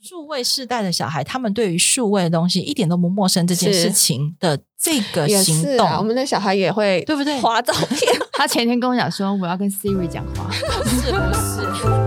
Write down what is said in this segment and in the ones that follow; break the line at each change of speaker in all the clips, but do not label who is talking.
数位世代的小孩，他们对于数位的东西一点都不陌生，这件
是
事情的这个
也
行
是
动，
啊，我们的小孩也会
对不对？
划照片，
他前天跟我讲说，我要跟 Siri 讲话。
是不是？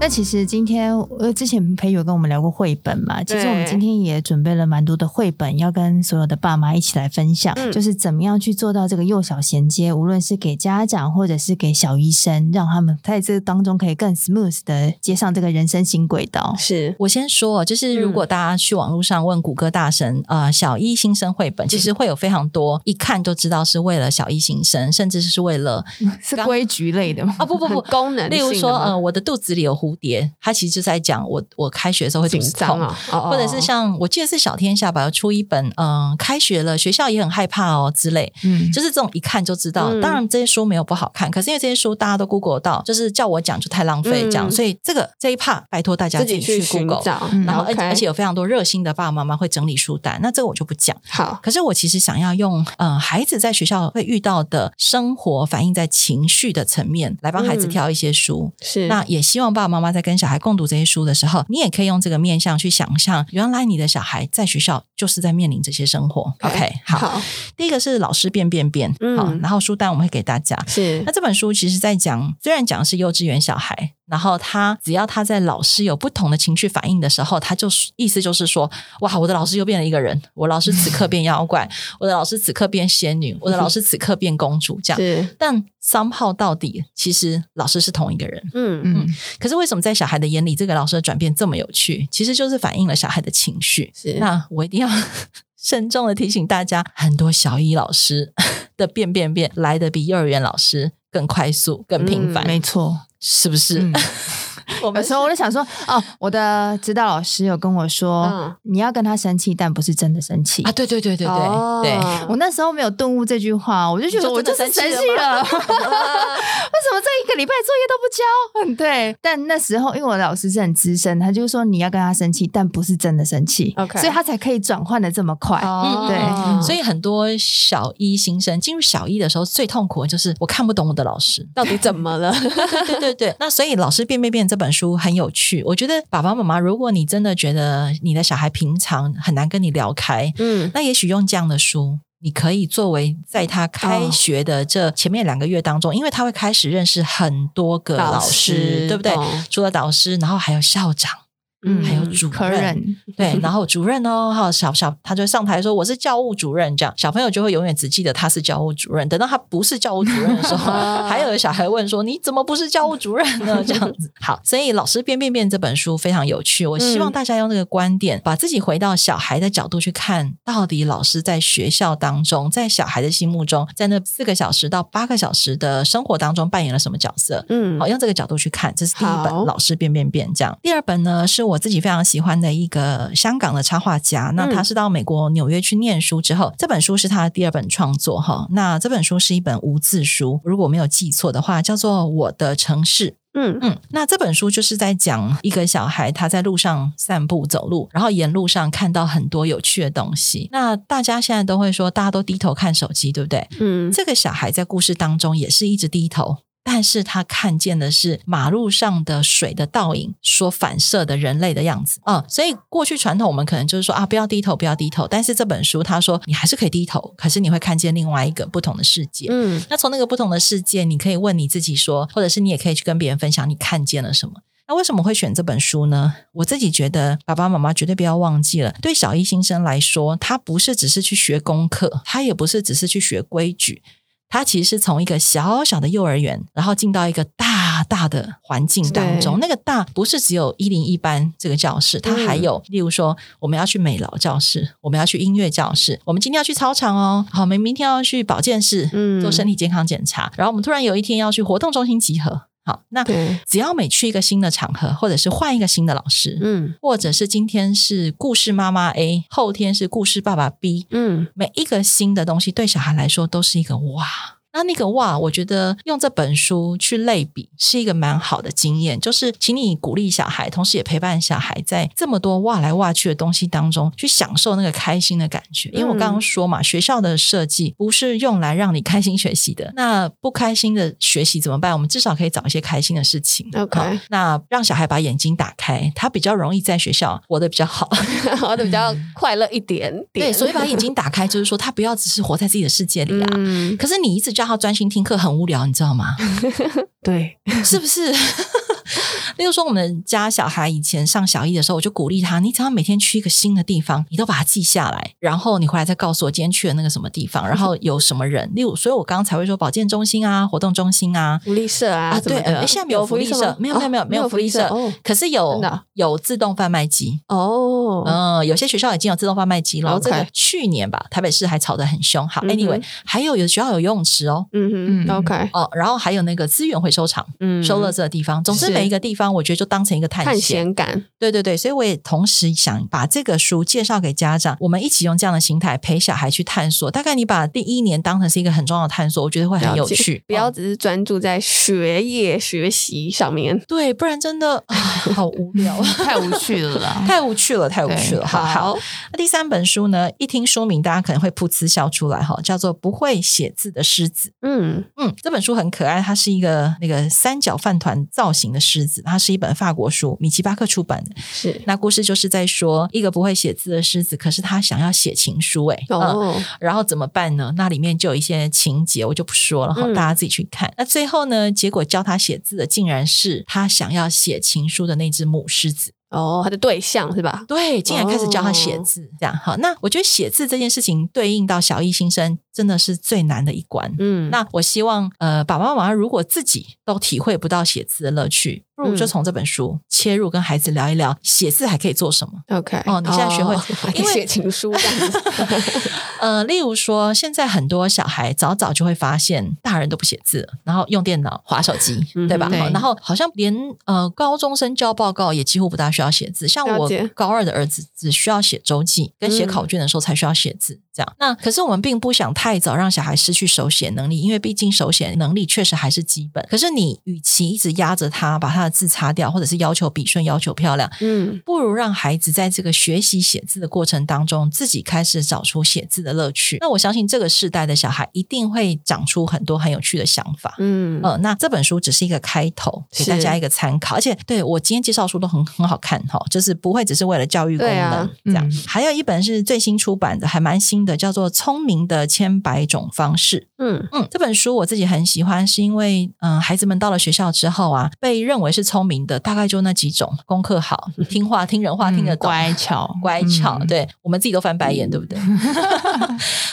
那其实今天呃，之前裴宇有跟我们聊过绘本嘛，其实我们今天也准备了蛮多的绘本，要跟所有的爸妈一起来分享，
嗯
就是怎么样去做到这个幼小衔接，无论是给家长或者是给小医生，让他们在这当中可以更 smooth 的接上这个人生新轨道。
是
我先说，哦就是如
嗯
果大家去网络上问谷歌大神，呃，小一新生绘本，其
嗯
实会有非常多，一看就知道是为了小一新生，甚至是为 了
是规矩类的吗？
啊不不不
很，功能性的
例
吗，
如说，呃，我的肚子里有蝴蝶，它其实就在讲我我开学的时候会肚
紧
子
张
痛。
啊，哦
或者是。
哦
像我记得是小天下吧，有出一本，嗯、开学了，学校也很害怕哦之类，
嗯，
就是这种一看就知道。
嗯
当然这些书没有不好看，可是因为这些书大家都 Google 到，就是叫我讲就太浪费
嗯
这样，所以这个这一 part 拜托大家
自
自
己
己
去
去
寻
Google。
找，
嗯
然后而
OK
而且有非常多热心的爸爸妈妈会整理书单，那这个我就不讲。
好，
可是我其实想要用，呃，孩子在学校会遇到的生活反映在情绪的层面，来帮孩子
嗯
挑一些书。
是
那也希望爸爸妈妈在跟小孩共读这些书的时候，你也可以用这个面向去想象，原来你的小孩在学校就是在面临这些生活。OK，好，
好
第一个是老师变变变，
嗯
好，然后书单我们会给大家。
是
那这本书其实在讲，虽然讲是幼稚园小孩，然后他只要他在老师有不同的情绪反应的时候，他就是意思就是说，哇，我的老师又变了一个人，我老师此刻变妖 怪，我的老师此刻变仙女，我的老师此刻变公主，这样。
是
但 somehow 到底，其实老师是同一个人。
嗯
嗯，
可是为什么在小孩的眼里，这个老师的转变这么有趣？其实就是反映了小孩的情绪。
是
那我一定要 慎重的提醒大家，很多小一老师 的变变变来的比幼儿园老师更快速、更频繁，
嗯没错。
是不是？
嗯
我
有
们
时 候我就想说，哦，我的指导老师有跟我说，
嗯
你要跟他生气，但不是真的生气
啊，。对对对对对、
哦
对。嗯
我那时候没有顿悟这句话，我就觉得我
你就
就
真
是
的
生
生
气
气哦
了。为 什么这一个礼拜作业都不交？嗯，对。但那时候因为我老师是很资深，他就说你要跟他生气，但不是真的生气
OK
所以他才可以转换的这么快。
哦
嗯
对
嗯
所以很多小一新生进入小一的时候，最痛苦的就是我看不懂我的老师。
到底怎么了？
对对对，那所以《老师变变变》这本书很有趣。我觉得爸爸妈妈，如果你真的觉得你的小孩平常很难跟你聊开，
嗯，
那也许用这样的书，你可以作为在他开
哦
学的这前面两个月当中，因为他会开始认识很多个老师，对不对？
懂
除了导师，然后还有校长，
嗯，
还有主
可
任，
忍，
对，然后主任哦，还有小小，他就上台说我是教务主任，这样小朋友就会永远只记得他是教务主任。等到他不是教务主任的时候，
啊
还有小孩问说你怎么不是教务主任呢？这样子。好，所以《老师变变变》这本书非常有趣，我希望
嗯
大家用这个观点，把自己回到小孩的角度去看，到底老师在学校当中，在小孩的心目中，在那四个小时到八个小时的生活当中扮演了什么角色？
嗯
好，用这个角度去看，这是第一本
好
《老师变变变》这样。第二本呢，是我自己非常喜欢的一个香港的插画家，那他是到美国纽约去念书之后，这本书是他的第二本创作哈。那这本书是一本无字书，如果没有记错的话，叫做《我的城市》。
嗯
嗯，那这本书就是在讲一个小孩他在路上散步走路，然后沿路上看到很多有趣的东西。那大家现在都会说，大家都低头看手机，对不对？
嗯
这个小孩在故事当中也是一直低头，但是他看见的是马路上的水的倒影所反射的人类的样子啊、嗯所以过去传统我们可能就是说啊，不要低头，不要低头。但是这本书他说，你还是可以低头，可是你会看见另外一个不同的世界。
嗯
那从那个不同的世界，你可以问你自己说，或者是你也可以去跟别人分享你看见了什么。那为什么会选这本书呢？我自己觉得，爸爸妈妈绝对不要忘记了，对小一新生来说，他不是只是去学功课，他也不是只是去学规矩，他其实是从一个小小的幼儿园，然后进到一个大大的环境当中。那个大不是只有一零一班这个教
嗯
室，它还有，例如说，我们要去美劳教室，我们要去音乐教室，我们今天要去操场哦，好，我们明天要去保健室，
嗯
做身体健康检查，然后我们突然有一天要去活动中心集合。好，那
对
只要每去一个新的场合，或者是换一个新的老师，
嗯
或者是今天是故事妈妈 A，后天是故事爸爸 B，
嗯
每一个新的东西对小孩来说都是一个哇，那那个哇，我觉得用这本书去类比是一个蛮好的经验，就是请你鼓励小孩，同时也陪伴小孩在这么多哇来哇去的东西当中去享受那个开心的感觉。因为我刚刚说嘛，学校的设计不是用来让你开心学习的，那不开心的学习怎么办？我们至少可以找一些开心的事情。
OK
好那让小孩把眼睛打开，他比较容易在学校活得比较好。
活得比较快乐一点点。
对，所以把眼睛打开，就是说他不要只是活在自己的世界里啊。
嗯，
可是你一直叫他专心听课，很无聊，你知道 吗？
对，
是不是？ 例如说，我们家小孩以前上小一的时候，我就鼓励他，你只要每天去一个新的地方，你都把它记下来，然后你回来再告诉我今天去了那个什么地方， 然后有什么人。例如，所以我刚刚才会说保健中心啊、活动中心啊。
福利社啊，
啊
什么
对
的
诶现在没有
福利
福利社
吗
没有没有
哦
没有没有
有
福利社
哦
可是有
真的啊
有自动贩卖机，
哦，
嗯，有些学校已经有自动贩卖机了。
OK
这个去年吧，台北市还吵得很凶。好
嗯哼
，anyway，还有有学校有游泳池哦，
嗯
嗯，
哼，OK，
哦，然后还有那个资源回收厂、
嗯，
收垃圾的地方。总之，
是
每一个地方，我觉得就当成一个探
探
险。
险感，
对对对，所以我也同时想把这个书介绍给家长，我们一起用这样的心态陪小孩去探索。大概你把第一年当成是一个很重要的探索，我觉得会很有
了解
趣。
不要
哦
只是专注在学业学习上面。
对，不然真的啊好无聊
太无趣 了啦。
太无趣了，太无趣了。好好，那第三本书呢，一听书名大家可能会噗嗤笑出来哈，叫做《不会写字的狮子》。
嗯，
嗯，这本书很可爱，它是一个那个三角饭团造型的狮子，它是一本法国书，米奇巴克出版的。
是
那故事就是在说一个不会写字的狮子，可是他想要写情书、欸，哎、嗯，
哦，
然后怎么办呢？那里面就有一些情节，我就不说了哈，
嗯
大家自己去看。那最后呢，结果教他写字的竟然是他想要写情书的那只母狮子。
哦，他的对象是吧？
对，竟然开始教他写字，这样好。那我觉得写字这件事情对应到小一新生，真的是最难的一关。
嗯，
那我希望，呃，爸爸妈妈如果自己都体会不到写字的乐趣，不如就从这本书切入，跟孩子聊一聊写字还可以做什么。
OK，
哦你现在学会
哦
因为
写情书这样 子，
呃，例如说，现在很多小孩早早就会发现，大人都不写字了，然后用电脑、划手机，
嗯
对吧？
对
好然后好像连呃高中生交报告也几乎不大需要写字，像
了
我
解
高二的儿子只需要写周记跟写
嗯
考卷的时候才需要写字，这样。那可是我们并不想太早让小孩失去手写能力，因为毕竟手写能力确实还是基本。可是你与其一直压着他把他的字擦掉，或者是要求笔顺、要求漂亮，
嗯，
不如让孩子在这个学习写字的过程当中，自己开始找出写字的乐趣。那我相信这个世代的小孩一定会长出很多很有趣的想法。
嗯，
呃，那这本书只是一个开头，给
是
大家一个参考。而且，对我今天介绍的书都很很好看哈、就是不会只是为了教育功
对
能、
啊
这样
嗯。
还有一本是最新出版的，还蛮新的，叫做《聪明的千百种方式》。
嗯，
嗯，这本书我自己很喜欢，是因为嗯、呃孩子们到了学校之后啊，被认为是聪明的，大概就那几种：功课好、听话、听人话、听得
嗯
懂。
乖巧，
乖巧，
嗯，
对我们自己都翻白眼，对不 对？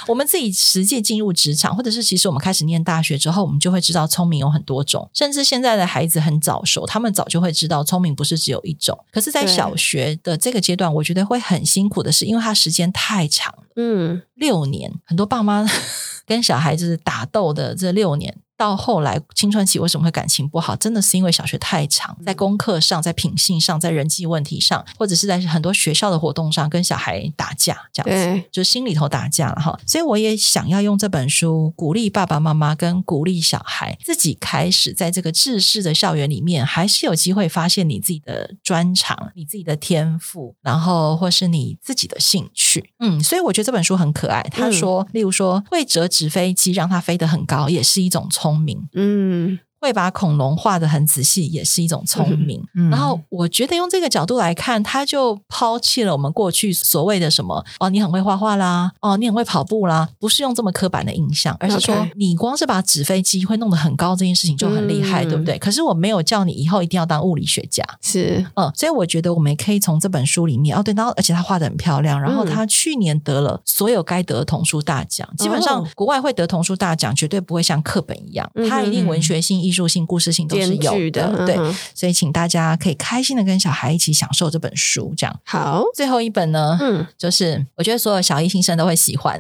我们自己实际进入职场，或者是其实我们开始念大学之后，我们就会知道聪明有很多种，甚至现在的孩子很早熟，他们早就会知道聪明不是只有一种。可是，在
对
小学的这个阶段，我觉得会很辛苦的是，因为它时间太长了。
嗯，
六年，很多爸妈 跟小孩就是打斗的这六年，到后来青春期为什么会感情不好，真的是因为小学太长，在功课上、在品性上、在人际问题上，或者是在很多学校的活动上跟小孩打架这样子。
对，
就心里头打架了哈，所以我也想要用这本书鼓励爸爸妈妈跟鼓励小孩自己开始在这个制式的校园里面，还是有机会发现你自己的专长、你自己的天赋，然后或是你自己的兴趣。嗯，所以我觉得这本书很可爱。他说，例如说会折纸飞机让它飞得很高，也是一种聪明。
嗯，
会把恐龙画得很仔细，也是一种聪明。
嗯
然后我觉得用这个角度来看，他就抛弃了我们过去所谓的什么哦，你很会画画啦，哦，你很会跑步啦，不是用这么刻板的印象，而是说
OK
你光是把纸飞机会弄得很高这件事情就很厉害，
嗯
对不对？可是我没有叫你以后一定要当物理学家，
是，
嗯，所以我觉得我们也可以从这本书里面哦，对，然后而且他画的很漂亮，然后
嗯
他去年得了所有该得的童书大奖，基本上
哦嗯
国外会得童书大奖，绝对不会像课本一样，他一定文学性、艺术性、故事性都是
编
有
剧的，
对
嗯，哼
所以请大家可以开心的跟小孩一起享受这本书。这样，
好，
最后一本呢，
嗯，
就是我觉得所有小一新生都会喜欢，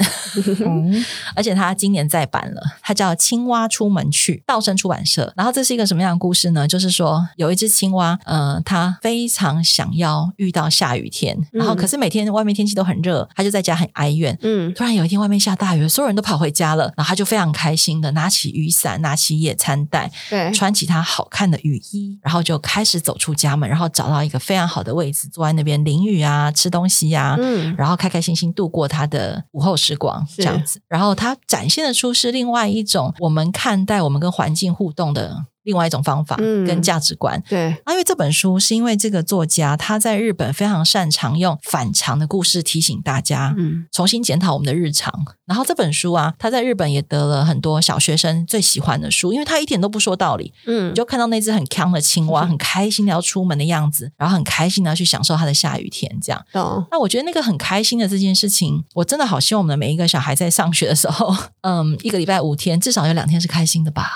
嗯
而且它今年再版了，它叫《青蛙出门去》，道生出版社。然后这是一个什么样的故事呢？就是说有一只青蛙，呃，它非常想要遇到下雨天，然后可是每天外面天气都很热，它就在家很哀怨。
嗯，
突然有一天外面下大雨，所有人都跑回家了，然后它就非常开心的拿起雨伞，拿起野餐袋，
对，
穿起它好看的雨衣，然后就开始走出家门，然后找到一个非常好的位置，坐在那边淋雨啊，吃东西呀、啊。
嗯，
然后开开心心度过他的午后时光，
是
这样子。然后他展现的出是另外一种我们看待我们跟环境互动的另外一种方法
嗯
跟价值观。
对，
啊，因为这本书是因为这个作家他在日本非常擅长用反常的故事提醒大家，
嗯，
重新检讨我们的日常。然后这本书啊，它在日本也得了很多小学生最喜欢的书，因为它一点都不说道理，
嗯，
你就看到那只很强的青蛙，
嗯
很开心的要出门的样子，然后很开心的要去享受它的下雨天，这样。
懂，
那我觉得那个很开心的这件事情，我真的好希望我们的每一个小孩在上学的时候，嗯，一个礼拜五天，至少有两天是开心的 吧，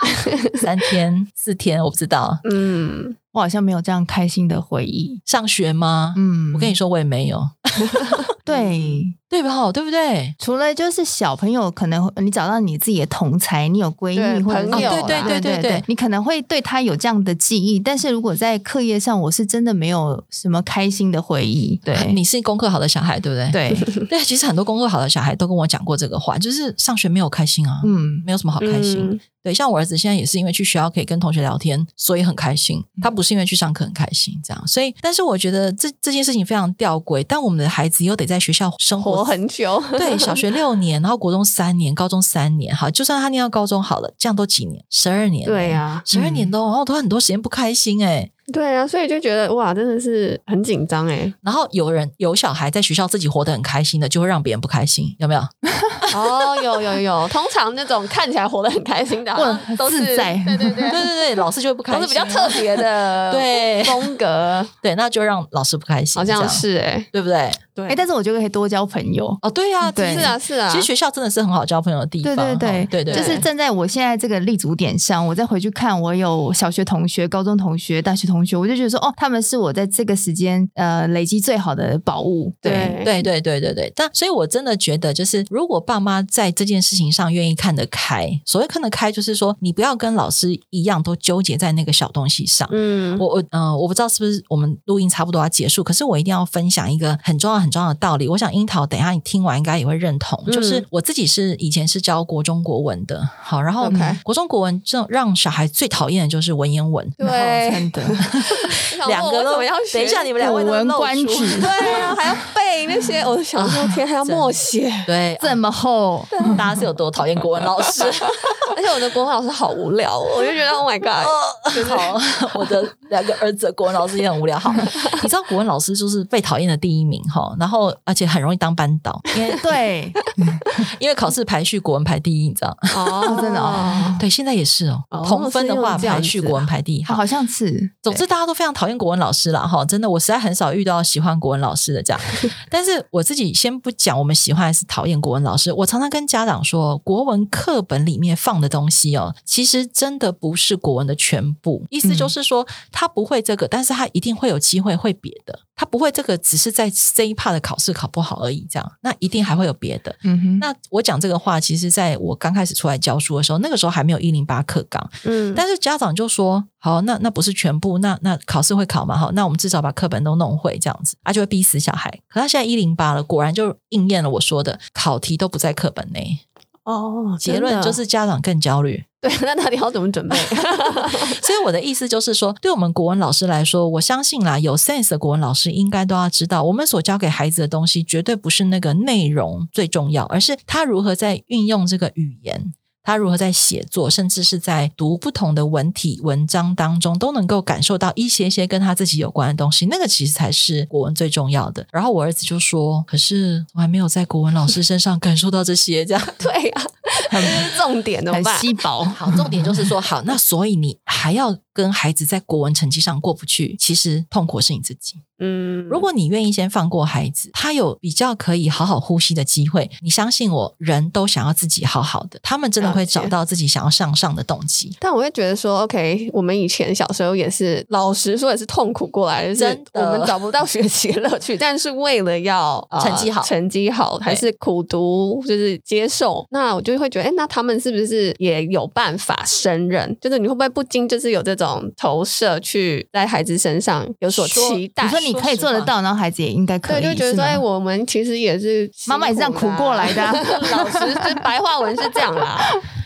三天、四天，我不知道。
嗯，
我好像没有这样开心的回忆。
上学吗？
嗯，
我跟你嗯说，我也没有，
对，
对吧？对不对？
除了就是小朋友，可能呃你找到你自己的同才，你有闺
对
蜜或者
朋友
是哦
啊对
对对对对
你可能会对他有这样的记忆。但是如果在课业上，我是真的没有什么开心的回忆。对，
你是功课好的小孩，对不对？
对，
对，其实很多工作好的小孩都跟我讲过这个话，就是上学没有开心啊，
嗯，
没有什么好开心。
嗯，
对，像我儿子现在也是因为去学校可以跟同学聊天，所以很开心。
嗯
他不是因为去上课很开心这样，所以但是我觉得这这件事情非常吊诡，但我们的孩子又得在学校生活
活很 久，
对，小学六年，然后国中三年，高中三年，好，就算他念到高中好了，这样都几年，十二年，欸
对。呀，嗯
十二年都，然后都很多时间不开心哎、
对啊，所以就觉得哇，真的是很紧张哎。
然后有人有小孩在学校自己活得很开心的，就会让别人不开心，有没 有？
哦，有有有，通常那种看起来活得很开心的，好像都是
自在
对对
对对
对，
对，老师就会不开
都
心，啊
是比较特别的
对
风格，
对，那就让老师不开心，
好
这
像
样
是哎，
对不对？
对
哎，但是我觉得可以多交朋友。
哦，对啊，
对
其
是
实
啊是啊，
其实学校真的是很好交朋友的地
对
方，
对对
哈对对，
就是
对
站在我现在这个立足点上，我再回去看，我有小学同学、高中同学、大学同学，我就觉得说，哦，他们是我在这个时间呃累积最好的宝物。
对
对对对对对，但所以，我真的觉得，就是如果爸妈在这件事情上愿意看得开，所谓看得开，就是说你不要跟老师一样都纠结在那个小东西上。
嗯，
我我嗯、我不知道是不是我们录音差不多要结束，可是我一定要分享一个很重要很重要的道理。我想樱桃等一下你听完应该也会认同，
嗯
就是我自己是以前是教国中国文的，好，然后
OK
国中国文这让小孩最讨厌的就是文言文，
哦
对，
真的，
两个都
我要学，
等一下你们两位都
古文
露
观
出
止
对啊，还要背那 些，我想说天还要默写，
对，
这么厚，
嗯
大家是有多讨厌国文老 师？
而且我的国文老师好无聊哦，我就觉得 Oh my God，
哦，好，我的两个儿子的国文老师也很无聊。 好，你知道国文老师就是被讨厌的第一名哈，然后而且很容易当班导，因 为
对，
因为考试排序国文排第一，你知道？
哦
真的哦，
对，现在也是哦
哦，
同分的话
是用这样
排序
子啊
国文排第一。好，
好像是，
总之大家都非常讨厌国文老师啦哈，真的，我实在很少遇到喜欢国文老师的这样。但是我自己先不讲我们喜欢还是讨厌国文老师，我常常跟家长说，国文课本里面放的东西哦，其实真的不是国文的全部。意思就是说，他不会这个，但是他一定会有机会会别的。他不会这个，只是在这一 part 的考试考不好而已，这样，那一定还会有别的。
嗯哼，
那我讲这个话，其实在我刚开始出来教书的时候，那个时候还没有一零八课纲，
嗯，
但是家长就说：“好，那那不是全部，那那考试会考嘛？好，那我们至少把课本都弄会，这样子，他、就会逼死小孩。可他现在一零八了，果然就应验了我说的，考题都不在课本内。
哦，
结论
真的
就是家长更焦虑。
对，那到底要怎么准备？
所以我的意思就是说，对我们国文老师来说，我相信啦，有 sense 的国文老师应该都要知道，我们所教给孩子的东西，绝对不是那个内容最重要，而是他如何在运用这个语言。他如何在写作，甚至是在读不同的文体文章当中，都能够感受到一些些跟他自己有关的东西，那个其实才是国文最重要的。然后我儿子就说：“可是我还没有在国文老师身上感受到这些。”这样，
对啊，
很
重点怎么
很
办？
稀薄。
好，重点就是说，好，那所以你还要跟孩子在国文成绩上过不去，其实痛苦是你自己。
嗯，
如果你愿意先放过孩子，他有比较可以好好呼吸的机会，你相信我，人都想要自己好好的，他们真的会
了解
找到自己想要向上的动机。
但我会觉得说，OK，我们以前小时候也是，老实说也是痛苦过来的，就是
真的
我们找不到学习的乐趣，但是为了要、呃
成绩好
成绩好还是苦读，就是接受。那我就会觉得，哎，那他们是不是也有办法胜任？就是你会不会不禁就是有这种投射去在孩子身上有所
说
期待
你？说你可以做得到，然后孩子也应该可
对，
以，
就觉得
是
说，
吗
哎，我们其实也是
妈妈也是这样苦过来 的啊
辛苦啦老实，就是白话文是这样啦。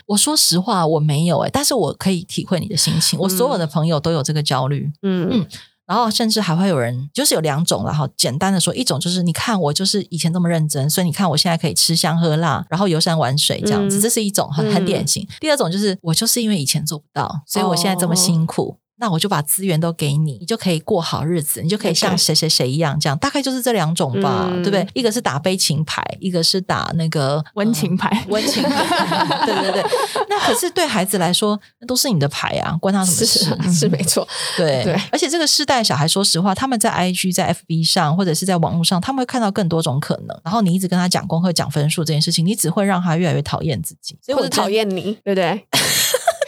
我说实话，我没有诶、欸但是我可以体会你的心情。我所有的朋友都有这个焦虑，
嗯
然后甚至还会有人，就是有两种了哈。简单的说，一种就是你看我就是以前这么认真，所以你看我现在可以吃香喝辣，然后游山玩水这样子，
嗯
这是一种很很
嗯
典型。第二种就是我就是因为以前做不到，所以我现在这么辛苦。那我就把资源都给你，你就可以过好日子，你就可以像
OK
谁谁谁一样，这样大概就是这两种吧，
嗯
对不对？一个是打悲情牌，一个是打那个
温
情。
情牌，
温情， 对对对。那可是对孩子来说，那都是你的牌啊，关他什么
是
事？
是是没错，
对
对
而且这个世代小孩，说实话，他们在 IG、在 FB 上，或者是在网络上，他们会看到更多种可能。然后你一直跟他讲功课、讲分数这件事情，你只会让他越来越讨厌自己。所以
或
我
者讨，厌你，对不对？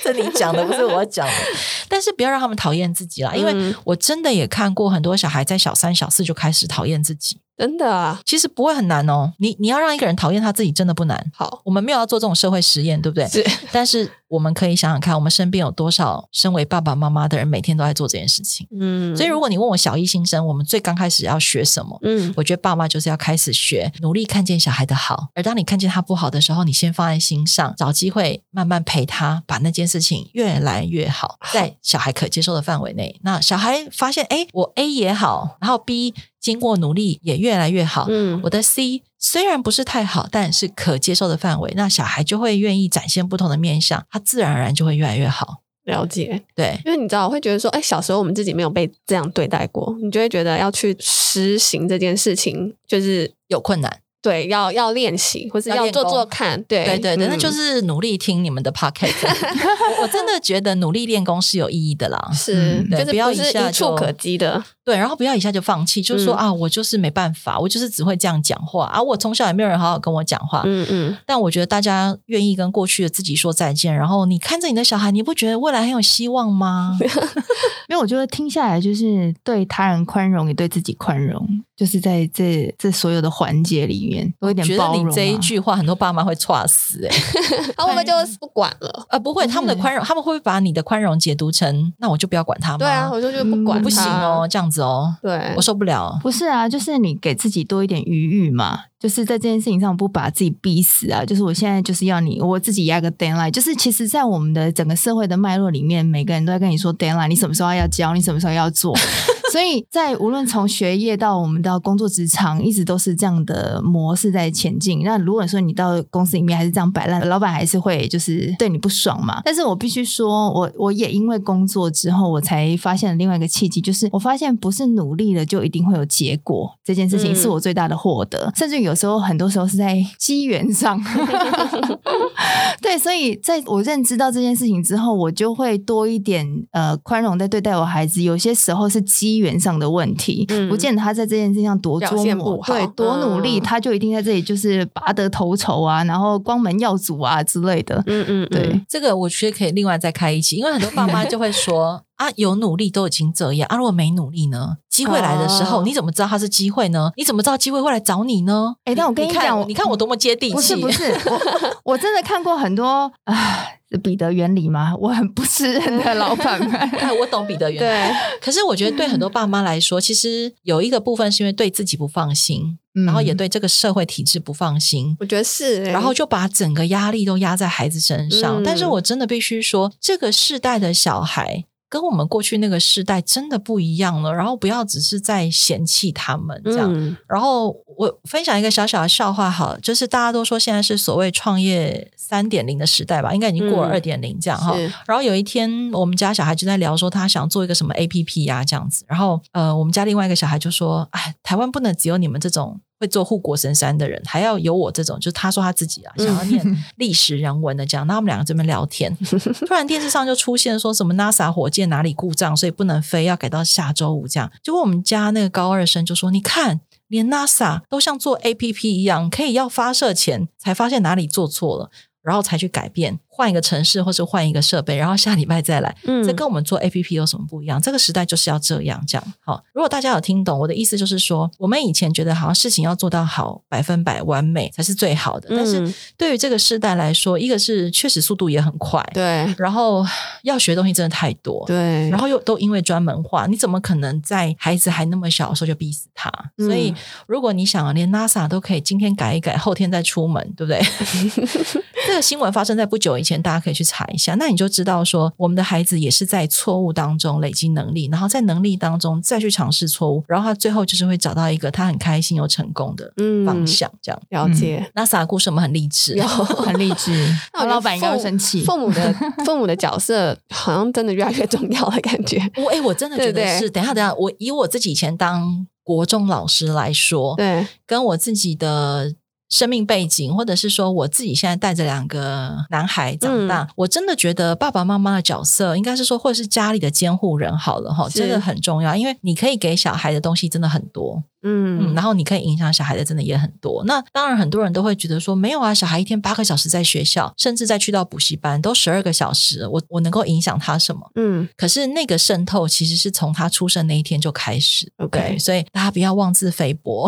这你讲的不是我讲的， 但是不要让他们讨厌自己啦，因为
嗯
我真的也看过很多小孩在小三、小四就开始讨厌自己。
真的啊，
其实不会很难哦，你你要让一个人讨厌他自己，真的不难。
好
我们没有要做这种社会实验，对不对？
是
但是我们可以想想看，我们身边有多少身为爸爸妈妈的人，每天都在做这件事情。
嗯
所以，如果你问我小一新生，我们最刚开始要学什么？
嗯
我觉得爸妈就是要开始学，努力看见小孩的好，而当你看见他不好的时候，你先放在心上，找机会慢慢陪他，把那件事情越来越好，在小孩可接受的范围内。那小孩发现，哎，我 A 也好，然后 B 经过努力也越来越好，
嗯
我的 C 虽然不是太好，但是可接受的范围，那小孩就会愿意展现不同的面相，他自然而然就会越来越好。
了解，
对，
因为你知道，我会觉得说，哎，小时候我们自己没有被这样对待过，你就会觉得要去实行这件事情，就是
有困难，
对，要要练习，或是
要
要
练
做
功
做看，对
对对对，
嗯
那就是努力听你们的 podcast。我我真的觉得努力练功是有意义的 啦。
是，
嗯对
就是
不要
不
一
是
下
一触
就
可及的，
对，然后不要一下就放弃，就是说、
嗯
啊，我就是没办法，我就是只会这样讲话啊，我从小也没有人好好跟我讲话。
嗯嗯，
但我觉得大家愿意跟过去的自己说再见，然后你看着你的小孩，你不觉得未来很有希望吗？
因为我觉得听下来就是对他人宽容，也对自己宽容，就是在这这所有的环节里面多一点
觉得
包容、啊。
你这一句话，很多爸妈会岔死、欸。
他会不会就是不管了？
呃，不会，他们
嗯
的
对
宽容，他们会不会把你的宽容解读成，那我就不要管他吗？
对啊，，我就觉得不
嗯
管
我不行
他
哦，，这样子哦，
对
我，受不了。
不是啊，就是你给自己多一点余裕嘛，就是在这件事情上不把自己逼死啊。就是我现在就是要你，我自己压个 deadline。就是其实，在我们的整个社会的脉络里面，每个人都在跟你说 deadline，你什么时候要交，你什么时候要做。所以在无论从学业到我们到工作职场，一直都是这样的模式在前进。那如果说你到公司里面还是这样摆烂，老板还是会就是对你不爽嘛。但是我必须说，我我也因为工作之后，我才发现了另外一个契机，就是我发现不是努力了就一定会有结果，这件事情
嗯
是我最大的获得。甚至有时候，很多时候是在机缘上。对，所以在我认知到这件事情之后，我就会多一点呃宽容在对待我孩子。有些时候是机缘上的问题，
嗯
不见得他在这件事情上多
表
琢
现
磨
不，好
对，多努力，
嗯
他就一定在这里就是拔得头筹啊，然后光门耀祖啊之类的。
嗯嗯，
对，
嗯，
这个我觉得可以另外再开一期，因为很多爸妈就会说啊，有努力都已经这样啊，如果没努力呢？机会来的时候，
哦
你怎么知道它是机会呢？你怎么知道机会会来找你呢？
哎但我跟
你
你
看
讲
我你看我多么接地气，
不是 不是， 我我真的看过很多啊，彼得原理吗？我很不是人的老板们。
哎我懂彼得原理。
对，
可是我觉得对很多爸妈来说，其实有一个部分是因为对自己不放心，然后也
嗯
对这个社会体制不放心，
我觉得是欸，
然后就把整个压力都压在孩子身上。
嗯
但是我真的必须说，这个世代的小孩跟我们过去那个世代真的不一样了。然后不要只是在嫌弃他们这样。
嗯
然后我分享一个小小的笑话，好了，就是大家都说现在是所谓创业三点零的时代吧，应该已经过了二
嗯
点零这样哈。
是
然后有一天，我们家小孩就在聊说他想做一个啊什么 A P P 呀、这样子。然后呃，我们家另外一个小孩就说：“哎，台湾不能只有你们这种会做护国神山的人，还要有我这种，就是他说他自己啊，想要念历史人文的这样。那他们两个这边聊天，突然电视上就出现说什么 NASA 火箭哪里故障，所以不能飞，要改到下周五这样。结果我们家那个高二生就说：“你看，连 NASA 都像做 APP 一样，可以要发射前才发现哪里做错了。”然后才去改变，换一个城市或是换一个设备，然后下礼拜再来。
嗯
这跟我们做 A P P 有什么不一样？这个时代就是要这样，这样好。如果大家有听懂我的意思，就是说，我们以前觉得好像事情要做到好，百分百完美才是最好的。但是
嗯
对于这个时代来说，一个是确实速度也很快，
对
然后要学的东西真的太多，
对，
然后又都因为专门化，你怎么可能在孩子还那么小的时候就逼死他？
嗯
所以，如果你想啊连 NASA 都可以今天改一改，后天再出门，对不 对？这个新闻发生在不久以前，大家可以去查一下，那你就知道说，我们的孩子也是在错误当中累积能力，然后在能力当中再去尝试错误，然后他最后就是会找到一个他很开心又成功的
嗯
方向，这样。
了解。
NASA 的故事我们嗯很励志，
有，
很励志
那我觉得
老板应该会
父
生气。
父母的 父母的角色好像真的越来越重要的感觉。
我哎、我真的觉
对
得
不对
是。等一下，等一下，我以我自己以前当国中老师来说，
对，
跟我自己的生命背景，或者是说我自己现在带着两个男孩
嗯
长大，我真的觉得爸爸妈妈的角色应该是说，或者是家里的监护人好了哈，
是
真的很重要，因为你可以给小孩的东西真的很多，嗯，
嗯
然后你可以影响小孩的真的也很多。那当然，很多人都会觉得说，没有啊，小孩一天八个小时在学校，甚至再去到补习班都十二个小时，我我能够影响他什么？
嗯，
可是那个渗透其实是从他出生那一天就开始。
OK
对所以大家不要妄自菲薄。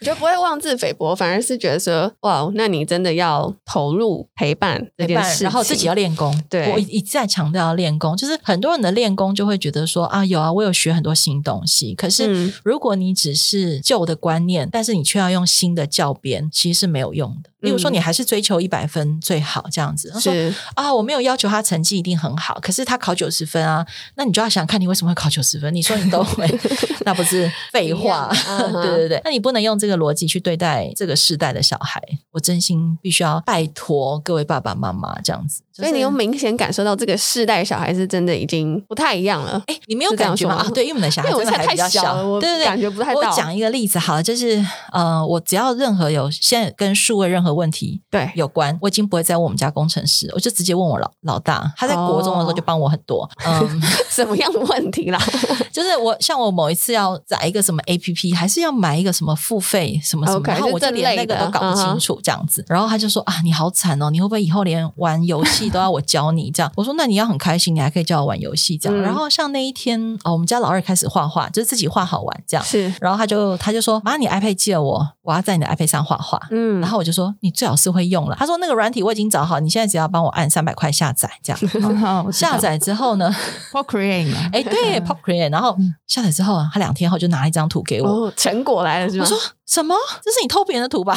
我觉得不会妄自菲薄，反而是觉得说，哇，那你真的要投入陪伴这
陪
件
伴
事情，
然后自己要练功。
对
我一一再强调要练功，就是很多人的练功就会觉得说啊，有啊，我有学很多新东西。可
嗯
是如果你只是旧的观念，但是你却要用新的教鞭，其实是没有用的。例如说，
嗯
你还是追求一百分最好这样子。他说
是
啊，我没有要求他成绩一定很好，可是他考九十分啊，那你就要想看你为什么会考九十分？你说你都 会，那不是废话？
一样嗯 哼
对对对，那你不能用这个逻辑去对待这个世代的小孩。我真心必须要拜托各位爸爸妈妈这样子，就
所以你
是
有明显感受到这个世代小孩是真的已经不太一样了。
哎，你没有
是这样
感觉吗？
说
啊
吗
对，因为我们的小孩
因为
真
我
的
现在
还比较
太小了我
对对对，
感觉不太
我
到
讲一个例子好了，就是呃，我只要任何有现在跟数位任何问题
对，
有关，我已经不会再问我们家工程师，我就直接问我老老大，他在国中的时候就
哦
帮我很多，嗯。
什么样的问题啦？
就是我像我某一次要载一个什么 A P P，还是要买一个什么付费什么什么
OK，
然后
就
我就
这
连
类
那个
的
都搞不
嗯
清
哼
楚这样子。然后他就说啊，你好惨哦，你会不会以后连玩游戏都要我教你这样？我说那你要很开心，你还可以教我玩游戏这样。
嗯
然后像那一天哦，我们家老二开始画画，就是自己画 好玩这样。
是，
然后他就他就说妈，你 iPad 借我，我要在你的 iPad 上画画。
嗯
然后我就说你最好是会用了。他说那个软体我已经找好，你现在只要帮我按三百块下载 这样。
哦我知道
下载之后呢，
Procreate 嘛，
哎， 对 Pop Create，然后下载之后啊，他两天后就拿了一张图给我，
嗯哦，成果来了是
我
吗
说什么？这是你偷别人的图吧？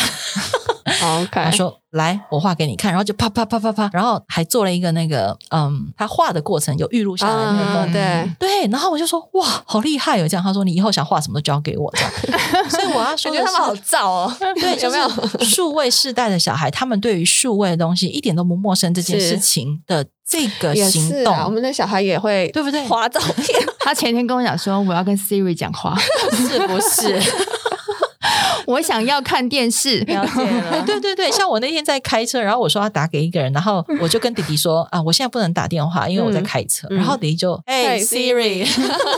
他
哦？OK，
说来，我画给你看，然后就啪啪啪啪啪，然后还做了一个那个嗯，他画的过程有预录下来那个
啊
梦。
对，
对，然后我就说哇，好厉害哦！这样他说你以后想画什么都交给我，这 样。所以我要说
感
的是，
觉他们好燥哦，
对，
有
就
没有？
是数位世代的小孩，他们对于数位的东西一点都不陌生，这件
是
事情的这个
也
行
是
动，
啊，我们的小孩也会
对不对
划照片，
他前天跟我讲说，我要跟 Siri 讲话，
是不 是？
我想要看电视。
了解
哎，
了，
对对对，像我那天在开车，然后我说要打给一个人，然后我就跟弟弟说啊，我现在不能打电话，因为我在开车。
嗯
然后弟弟就哎、
嘿
Siri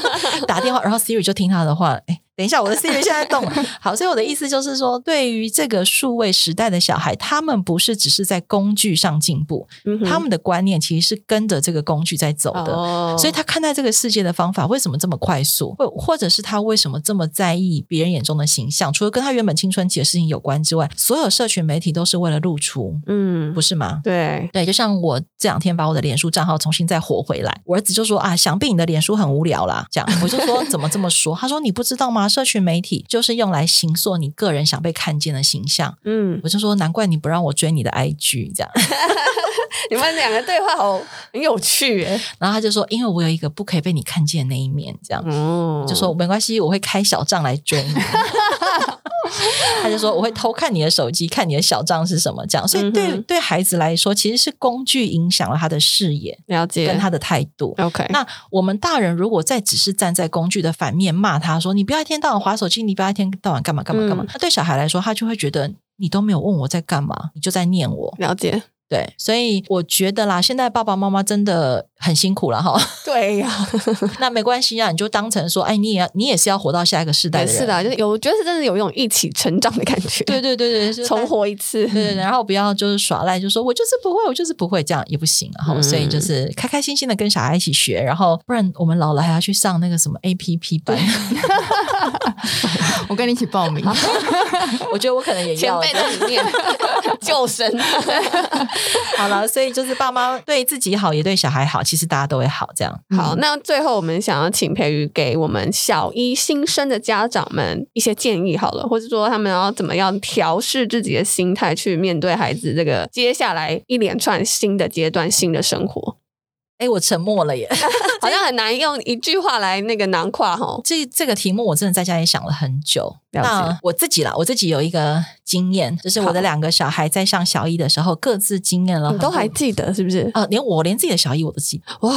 打电话，然后 Siri 就听他的话，哎。等一下，我的 Siri 现在动了。好，所以我的意思就是说，对于这个数位时代的小孩，他们不是只是在工具上进步，
嗯哼
他们的观念其实是跟着这个工具在走的。
哦
所以他看待这个世界的方法为什么这么快速，或或者是他为什么这么在意别人眼中的形象？除了跟他原本青春期的事情有关之外，所有社群媒体都是为了露出，
嗯
不，是吗？
对，
对，就像我这两天把我的脸书账号重新再活回来，我儿子就说啊，想必你的脸书很无聊啦。这样，我就说怎么这么说？ 他说你不知道吗？社群媒体就是用来形塑你个人想被看见的形象。
嗯，
我就说难怪你不让我追你的 IG 这样。
你们两个对话好很有趣耶，
然后他就说，因为我有一个不可以被你看见的那一面，这样。
哦
就说没关系，我会开小账来追你。他就说我会偷看你的手机，看你的小账是什么这样。所以对、
嗯哼
对孩子来说，其实是工具影响了他的视野
了解
跟他的态度。
OK，
那我们大人如果再只是站在工具的反面骂他说：“你不要一天到晚划手机，你不要一天到晚干嘛干嘛干嘛。
嗯
那对小孩来说，他就会觉得你都没有问我在干嘛，你就在念我。
了解，
对，所以我觉得啦，现在爸爸妈妈真的很辛苦了哈。
对呀、
那没关系啊，你就当成说，哎，你也要你也是要活到下一个世代
也
的人。
是的，就是有，我觉得是真的有一种一起成长的感觉，
对，对对对，就是
重活一次，
对对对，然后不要就是耍赖，就说我就是不会，我就是不会，这样也不行。然后、
嗯
所以就是开开心心的跟小孩一起学，然后不然我们老了还要去上那个什么 APP 班。
我跟你一起报名。
我觉得我可能也
前
要
辈在里面 救生，嗯
好了，所以就是爸妈对自己好，也对小孩好，其实大家都会好这样。
好，那最后我们想要请培宇给我们小一新生的家长们一些建议好了，或者说他们要怎么样调试自己的心态去面对孩子这个接下来一连串新的阶段、新的生活，
哎，我沉默了耶。
好像很难用一句话来那个囊括哈。
这这个题目我真的在家里想了很久。
了解
那我自己啦，我自己有一个经验，就是我的
好
两个小孩在上小一的时候，各自经验了
你
很多。
都还记得是不是？
呃，连我连自己的小一我都记得，
哇，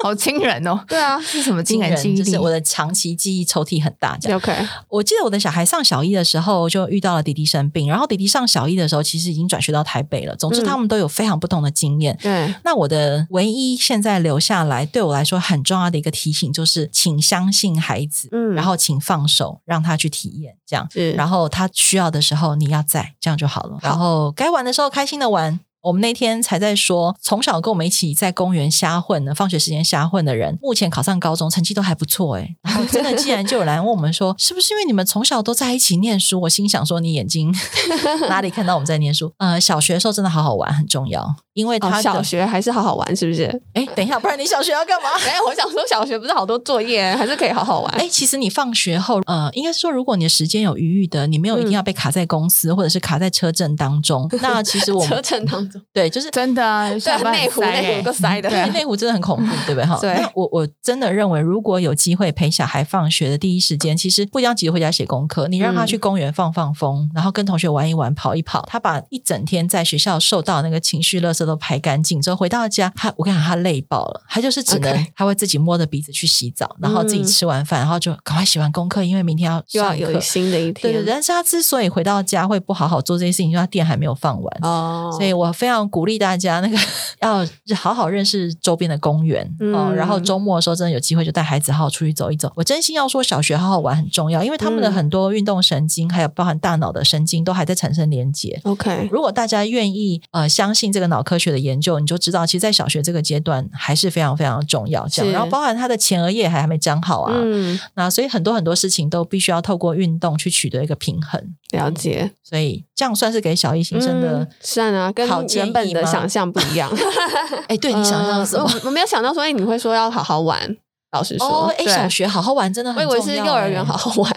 好惊人哦！
对啊
是什么惊
惊
人
人
记忆
就
力？
是我的长期记忆抽屉很大。这样，
，OK，
我记得我的小孩上小一的时候就遇到了弟弟生病，然后弟弟上小一的时候其实已经转学到台北了。总之，
嗯
他们都有非常不同的经验。
对，
那我的唯一现在留下来对我来说很重要的一个提醒就是，请相信孩子，
嗯
然后请放手让他去体验，这样，
是，
然
后
后他需要的时候你要在，这样就好了。然后该玩的时候开心的玩。我们那天才在说，从小跟我们一起在公园瞎混的，放学时间瞎混的人，目前考上高中，成绩都还不错诶、然后真的，既然就有人问我们说，是不是因为你们从小都在一起念书？我心想说，你眼睛 哪里看到我们在念书？呃，小学的时候真的好好玩，很重要，因为他的、
哦，小学还是好好玩，是不是？
哎，等一下，不然你小学要干嘛？
哎，我想说，小学不是好多作业，还是可以好好玩。
哎，其实你放学后，呃，应该是说，如果你的时间有余裕的，你没有一定要被卡在公司、或者是卡在车阵当中，那其实我
车
们
程当中，
对，就是
真的啊，
对
下班
内
很
湖
塞
内湖
欸
够塞哎啊的，
对
因为内湖真的很恐怖，对不对？哈，
对
那我我真的认为，如果有机会陪小孩放学的第一时间，其实不一定要急着回家写功课，你让他
嗯
去公园放放风，然后跟同学玩一玩、跑一跑，他把一整天在学校受到那个情绪垃圾都排干净之后，回到家，他我跟你讲，他累爆了，他就是只能
OK
他会自己摸着鼻子去洗澡，然后自己
嗯
吃完饭，然后就赶快写完功课，因为明天要
又要
上
有
课
新的一
对对，
天。
对但是他之所以回到家会不好好做这些事情，因为他店还没有放完。
哦，
所以我非常鼓励大家，那 个要好好认识周边的公园、
嗯
哦，然后周末的时候真的有机会就带孩子好好出去走一走。我真心要说，小学好好玩很重要，因为他们的
嗯
很多运动神经，还有包含大脑的神经，都还在产生连接。
OK，
如果大家愿意呃相信这个脑科学的研究，你就知道，其实，在小学这个阶段还是非常非常重要。这样，
是
然后包含他的前额叶还还没长好啊，
嗯，
那所以很多很多事情都必须要透过运动去取得一个平衡。
了解，
所以这样算是给小一新生的
嗯，算啊，跟
好建
原本
议
的
吗
想象不一样。
哎、对你想象
嗯
什么？
我 我没有想到说，哎，你会说要好好玩。老实
哦，
说，
哎、
对
小学好好玩真的
我以
很重
为
要、
是幼儿园好，好玩，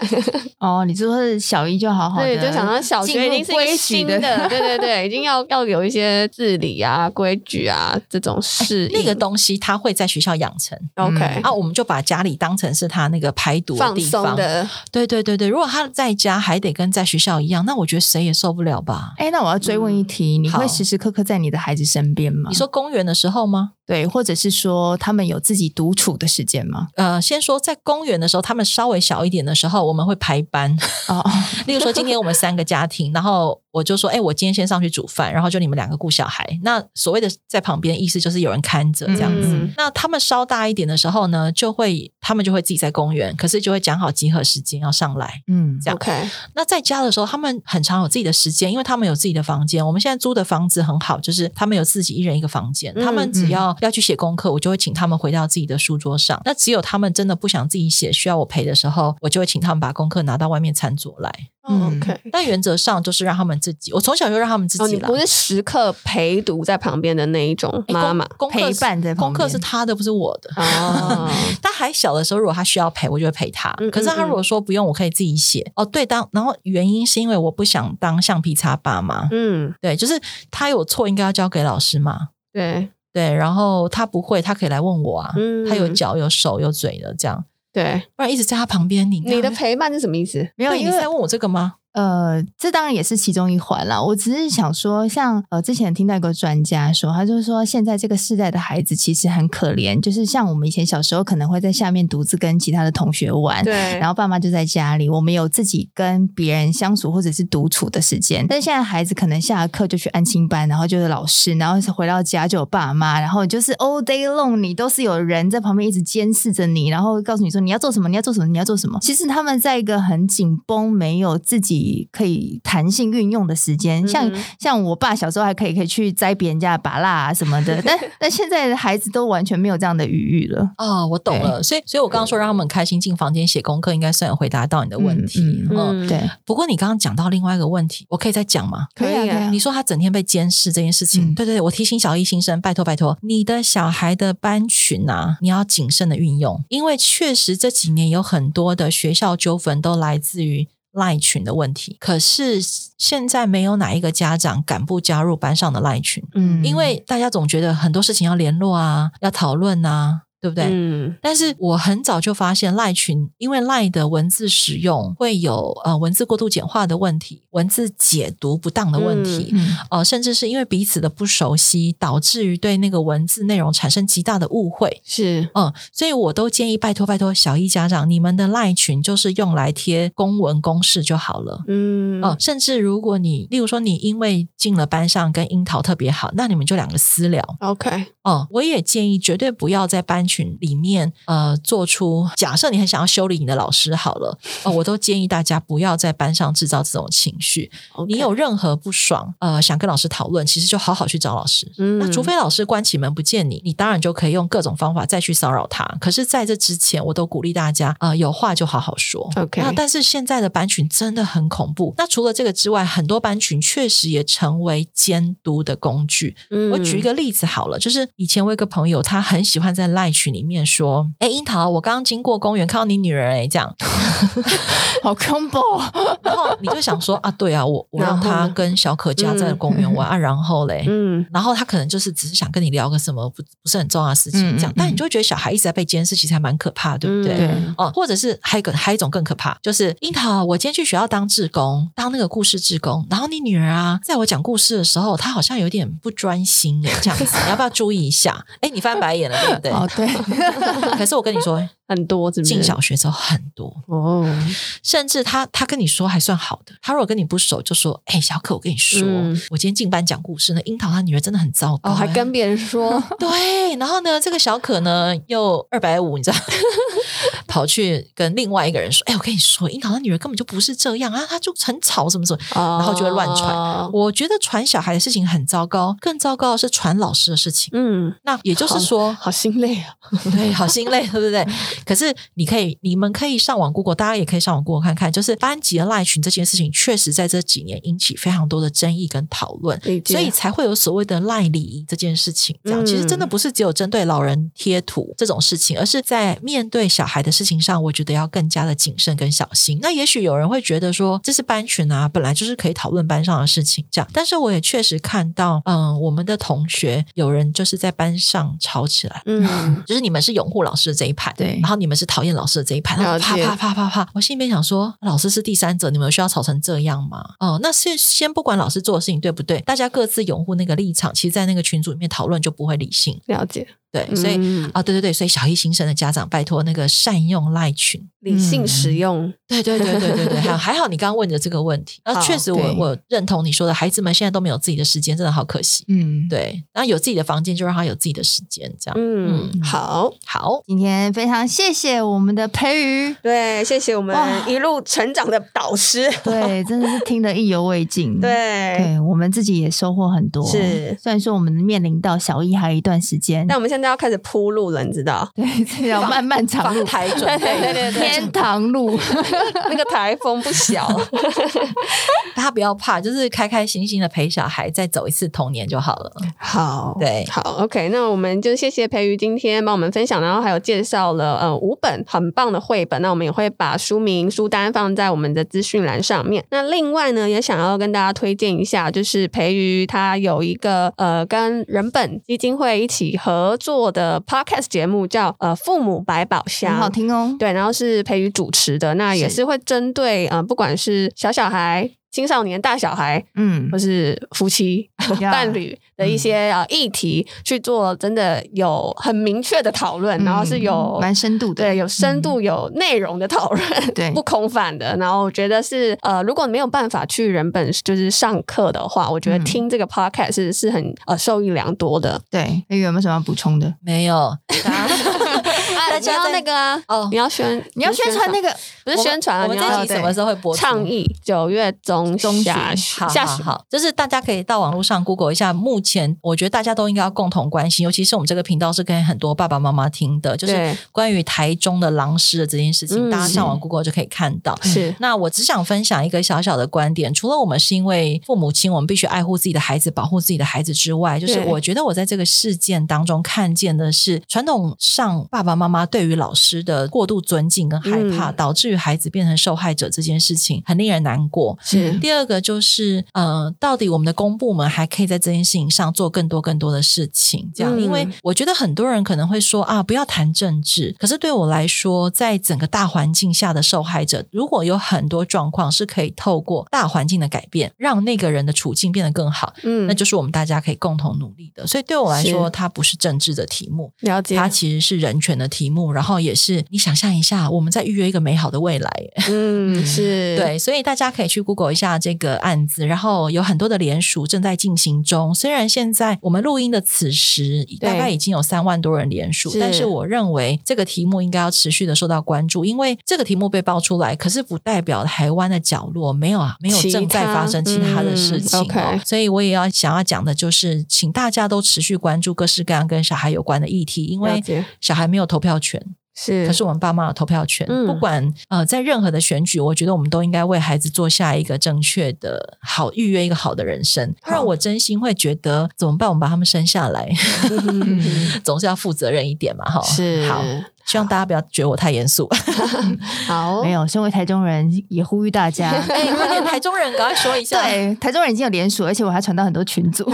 哦，你就是小一就好好的，
对，就想到小
进
学
入
已经是一
规
个
矩
新
的
的， 对对对，已经要要有一些治理啊、规矩啊这种事。
那个东西它会在学校养成，
OK
嗯
啊，我们就把家里当成是他那个排毒的
放
地方。
松的，
对对对对，如果他在家还得跟在学校一样，那我觉得谁也受不了吧？
哎，那我要追问一题，你
好
会时时刻刻在你的孩子身边吗？
你说公园的时候吗？
对，或者是说他们有自己独处的时间吗？
呃，先说在公园的时候，他们稍微小一点的时候，我们会排班。
哦，
例如说，今天我们三个家庭，然后我就说，哎、我今天先上去煮饭，然后就你们两个顾小孩。那所谓的在旁边，意思就是有人看着这样子。
嗯
那他们稍大一点的时候呢，就会他们就会自己在公园，可是就会讲好集合时间要上来。
嗯，
这样
OK，
那在家的时候，他们很常有自己的时间，因为他们有自己的房间。我们现在租的房子很好，就是他们有自己一人一个房间。
嗯
他们只要要去写功课，我就会请他们回到自己的书桌上。那只有他们真的不想自己写，需要我陪的时候，我就会请他们把功课拿到外面餐桌来。
嗯
OK，
但原则上就是让他们自己。我从小就让他们自
哦，
己
你
啦。
不是时刻陪读在旁边的那一种
哎
妈妈
功功课
陪
是
伴在旁
功课是
边
他的，不是我的。
哦，
他还小的时候，如果他需要陪，我就会陪他。
嗯
可是他
嗯嗯
如果说不用，我可以自己写。哦，对，当然后原因是因为我不想当橡皮擦爸妈。
嗯，
对，就是他有错应该要交给老师嘛。
对，
对，然后他不会，他可以来问我啊。
嗯
他有脚有手有嘴的这样。
对，
不然一直在他旁边，你
你的陪伴是什么意思？
没
没有，
你
因
是
为
在问我这个吗？
呃，这当然也是其中一环啦。我只是想说，像呃，之前听到一个专家说，他就是说，现在这个世代的孩子其实很可怜，就是像我们以前小时候可能会在下面独自跟其他的同学玩，
对，
然后爸妈就在家里，我们有自己跟别人相处或者是独处的时间。但是现在孩子可能下了课就去安亲班，然后就是老师，然后回到家就有爸妈，然后就是 all day long，你都是有人在旁边一直监视着你，然后告诉你说你要做什么，你要做什么，你要做什么。其实他们在一个很紧绷、没有自己可以弹性运用的时间，像
嗯哼
像我爸小时候还可以可以去摘别人家的拔蜡啊什么 的，但但现在的孩子都完全没有这样的余裕了。
哦，我懂
对
了。所以，所以我刚刚说让他们开心进房间写功课，应该算有回答到你的问题。
嗯
嗯
嗯，
对，
不过你刚刚讲到另外一个问题，我可以再讲吗？
可以啊
啊
可以啊
啊
你说他整天被监视这件事情，
嗯
对对对，我提醒小一新生，拜托拜托，你的小孩的班群啊，你要谨慎的运用，因为确实这几年有很多的学校纠纷都来自于。赖群的问题，可是现在没有哪一个家长敢不加入班上的赖群，
嗯
因为大家总觉得很多事情要联络啊，要讨论啊，对不对？
嗯，
但是我很早就发现赖群，因为赖的文字使用会有呃文字过度简化的问题，文字解读不当的问题，
嗯
呃，甚至是因为彼此的不熟悉，导致于对那个文字内容产生极大的误会。
是，
嗯，所以我都建议拜托拜托小一家长，你们的赖群就是用来贴公文公示就好了。
嗯，
哦，甚至如果你，例如说你因为进了班上跟樱桃特别好，那你们就两个私聊，
，OK，
哦，我也建议绝对不要在班群里面呃做出假设你很想要修理你的老师好了，哦，我都建议大家不要在班上制造这种情绪。你有，任何不爽呃想跟老师讨论，其实就好好去找老师。
嗯，
那除非老师关起门不见你，你当然就可以用各种方法再去骚扰他。可是，在这之前，我都鼓励大家，呃，有话就好好说。
OK
那但是现在的班群真的很恐怖。那除了这个之外，很多班群确实也成为监督的工具。我举一
个，
个例子好了，就是以前我有一个朋友，他很喜欢在赖群里面说：“哎，樱桃，我刚刚经过公园，看到你女人哎、这样。
好恐怖哦，”
然后你就想说：“啊，对啊，我我
然
让
后
他
呢
跟小可家在公园
嗯
玩、啊，然后嘞。
嗯，
然后他可能就是只是想跟你聊个什么不不是很重要的事情，
嗯
这样，
嗯
但你就会觉得小孩一直在被监视，其实还蛮可怕的，对不对？
嗯对
哦，或者是还有一个还有一种更可怕，就是樱桃，我今天去学校当志工，当那个故事志工，然后你女儿啊，在我讲故事的时候，她好像有点不专心哎， 这样子，你要不要注意一下？哎，你翻白眼了，对不
哦
对？
对，
可是我跟你 说，
很多，是不是？
进小学之后很多，
哦，
甚至他他跟你说还算好的，他如果跟你不熟，就说，哎，小可，我跟你说，
嗯
我今天进班讲故事呢，樱桃她女儿真的很糟糕，
哦，还
哎
跟别人 说，
对，然后呢，这个小可呢又二百五，你知道， 跑去跟另外一个人说：“哎、我跟你说，樱桃她女儿根本就不是这样啊，她就很吵，什么什么。”
然
后就会乱传，我觉得传小孩的事情很糟糕，更糟糕的是传老师的事情。
嗯，
那也就是说，
好心累啊，
对，好心累，对不对？可是你可以，你们可以上网 Google，大家也可以上网 Google 看看，就是班级的赖群这件事情，确实在这几年引起非常多的争议跟讨论。
理解
所以才会有所谓的赖礼仪这件事情。这样、
啊嗯
其实真的不是只有针对老人贴图这种事情，而是在面对小孩的事情上，我觉得要更加的谨慎跟小心。那也许有人会觉得说，这是班群啊，本来就是可以讨论班上的事情这样。但是我也确实看到，嗯，我们的同学有人就是在班上吵起来。
嗯，
就是你们是拥护老师的这一派，
对
然后你们是讨厌老师的这一派，然后
了
啪
解
啪啪啪啪，我心里面想说，老师是第三者，你们有需要吵成这样吗？哦，那是先不管老师做的事情对不对，大家各自拥护那个立场，其实，在那个群组里面讨论就不会理性，
了解，
对，所以。
嗯
啊、对对对，所以小一新生的家长，拜托那个善用赖群。
理性使用，
对对对对对对，还好还好你刚刚问的这个问题，那
好
确实我
对
我认同你说的，孩子们现在都没有自己的时间，真的好可惜。
嗯，对。
对，然后有自己的房间，就让他有自己的时间，这样。
嗯，
嗯
好，，
好，
今天非常谢谢我们的培瑜
对，谢谢我们
哇
一路成长的导师，
对，真的是听得意犹未尽。。
对。
对我们自己也收获很多，
是
虽然说我们面临到小一还有一段时间，
但我们现在要开 始铺路了，你知道？
对，这条漫漫长
访
路，
台准备，
对对对对
天堂路，
那个台风不小，
大家不要怕，就是开开心心的陪小孩再走一次童年就好了。
哦
好，
对，
好，OK，那我们就谢谢培瑜今天帮我们分享，然后还有介绍了呃五本很棒的绘本，那我们也会把书名、书单放在我们的资讯栏上面。那另外呢，也想要跟大家推荐一下，就是培瑜他有一个呃跟人本基金会一起合作的 Podcast 节目，叫呃父母百宝箱，
很好听哦。
对，然后是培宇主持的，那也
是
是会针对呃，不管是小小孩、青少年、大小孩，
嗯
或，是夫妻、
Yeah
伴侣的一些呃议题去做，真的有很明确的讨论，然后是有
嗯蛮深度的，嗯
对，有深度、有内容的讨论，
对
不空泛的。然后我觉得是呃，如果没有办法去人本就是上课的话，我觉得
嗯
听这个 podcast 是是很呃受益良多的。
对。那有没有什么要补充的？
没有，大家
啊，你要那个啊，
哦
你要宣，
你要宣传那个
不是宣传啊，
我们
你
我
要
们这集什么时候会播出
倡议九月中
中旬
下
好
下
好好，就是大家可以到网络上 Google 一下。目前我觉得大家都应该要共同关心，尤其是我们这个频道是跟很多爸爸妈妈听的，就是
对
关于台中的狼师的这件事情，
嗯
大家上网
是
Google 就可以看到。
是
那我只想分享一个小小的观点，除了我们是因为父母亲，我们必须爱护自己的孩子、保护自己的孩子之外，就是
对
我觉得我在这个事件当中看见的是，传统上爸爸妈妈对于老师的过度尊敬跟害怕，
嗯
导致于孩子变成受害者这件事情，很令人难过。
是
第二个就是，呃，到底我们的公部门还可以在这件事情上做更多更多的事情，这样，
嗯
因为我觉得很多人可能会说啊，不要谈政治。可是对我来说，在整个大环境下的受害者，如果有很多状况是可以透过大环境的改变，让那个人的处境变得更好，
嗯
那就是我们大家可以共同努力的。所以对我来说，
是
它不是政治的题目，
了解
它其实是人权的题目，然后也是你想象一下，我们在预约一个美好的未来。
嗯是
对，所以大家可以去 Google 一下这个案子，然后有很多的联署正在进行中。虽然现在我们录音的此时，大概已经有三万多人联署，
是
但是我认为这个题目应该要持续的受到关注，因为这个题目被爆出来，可是不代表台湾的角落没有啊，没有
其
正在
他
发生其他的事
嗯
情、哦
OK
所以我也要想要讲的就是，请大家都持续关注各式各样跟小孩有关的议题，因
了
为
解
小孩没有投票权。
是
可是我们爸妈有投票权，
嗯
不管呃在任何的选举，我觉得我们都应该为孩子做下一个正确的好预约一个好的人生。不然
好
我真心会觉得怎么办？我们把他们生下来，
嗯
总是要负责任一点嘛，哈。
是
好，希望大家不要觉得我太严肃。
好
没
有
有，身为台中人也呼吁 大 家。
啊
哎，快点，台中人，赶快说一 下。
对，台中人已经有联署，而且我还传到很多 群组。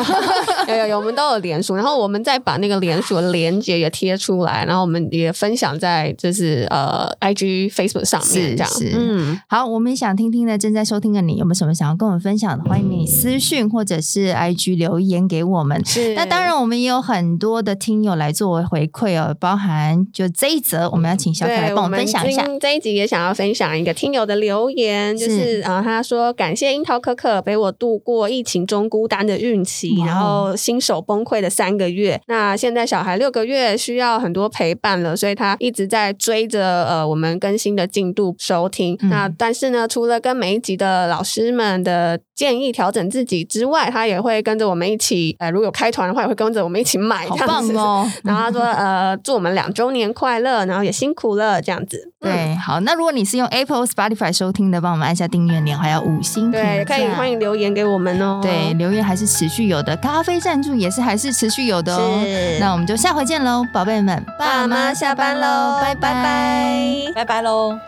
有有有，我们都有联署，然后我们再把那个联署的链接也贴出来，然后我们也分享在就是呃 IG、Facebook 上面
是
这样
是，
嗯，
好，我们也想听听呢，正在收听的你有没有什么想要跟我们分享的？欢迎你私讯或者是 IG 留言给我们。
是
那当然，我们也有很多的听友来作为回馈哦，包含就这一则，我们要请小可
对，
来帮我们分享一下
我。们今这一集也想要分享一个听友的留言，就是
是
啊、呃他说感谢樱桃可可陪我度过疫情中孤单的孕期，
哇哦
然后新手崩溃的三个月。那现在小孩六个月，需要很多陪伴了，所以他一直在追着呃我们更新的进度收听。
嗯
那但是呢，除了跟每一集的老师们的建议调整自己之外，他也会跟着我们一起，呃，如果有开团的话，也会跟着我们一起买，
好
这样
棒
子
哦！
然后他说呃，祝我们两周年快乐，然后也辛苦了这样子。嗯。
对，好，那如果你是用 Apple、Spotify 收听的，帮我们按下订阅钮，还有五星评
对，可以
价
欢迎留言给我们哦。
啊对，，留言还是持续有的，咖啡赞助也是还是持续有的哦。
是。
那我们就下回见喽，宝贝们，
爸妈下班喽，
拜
拜
拜
拜
拜拜喽。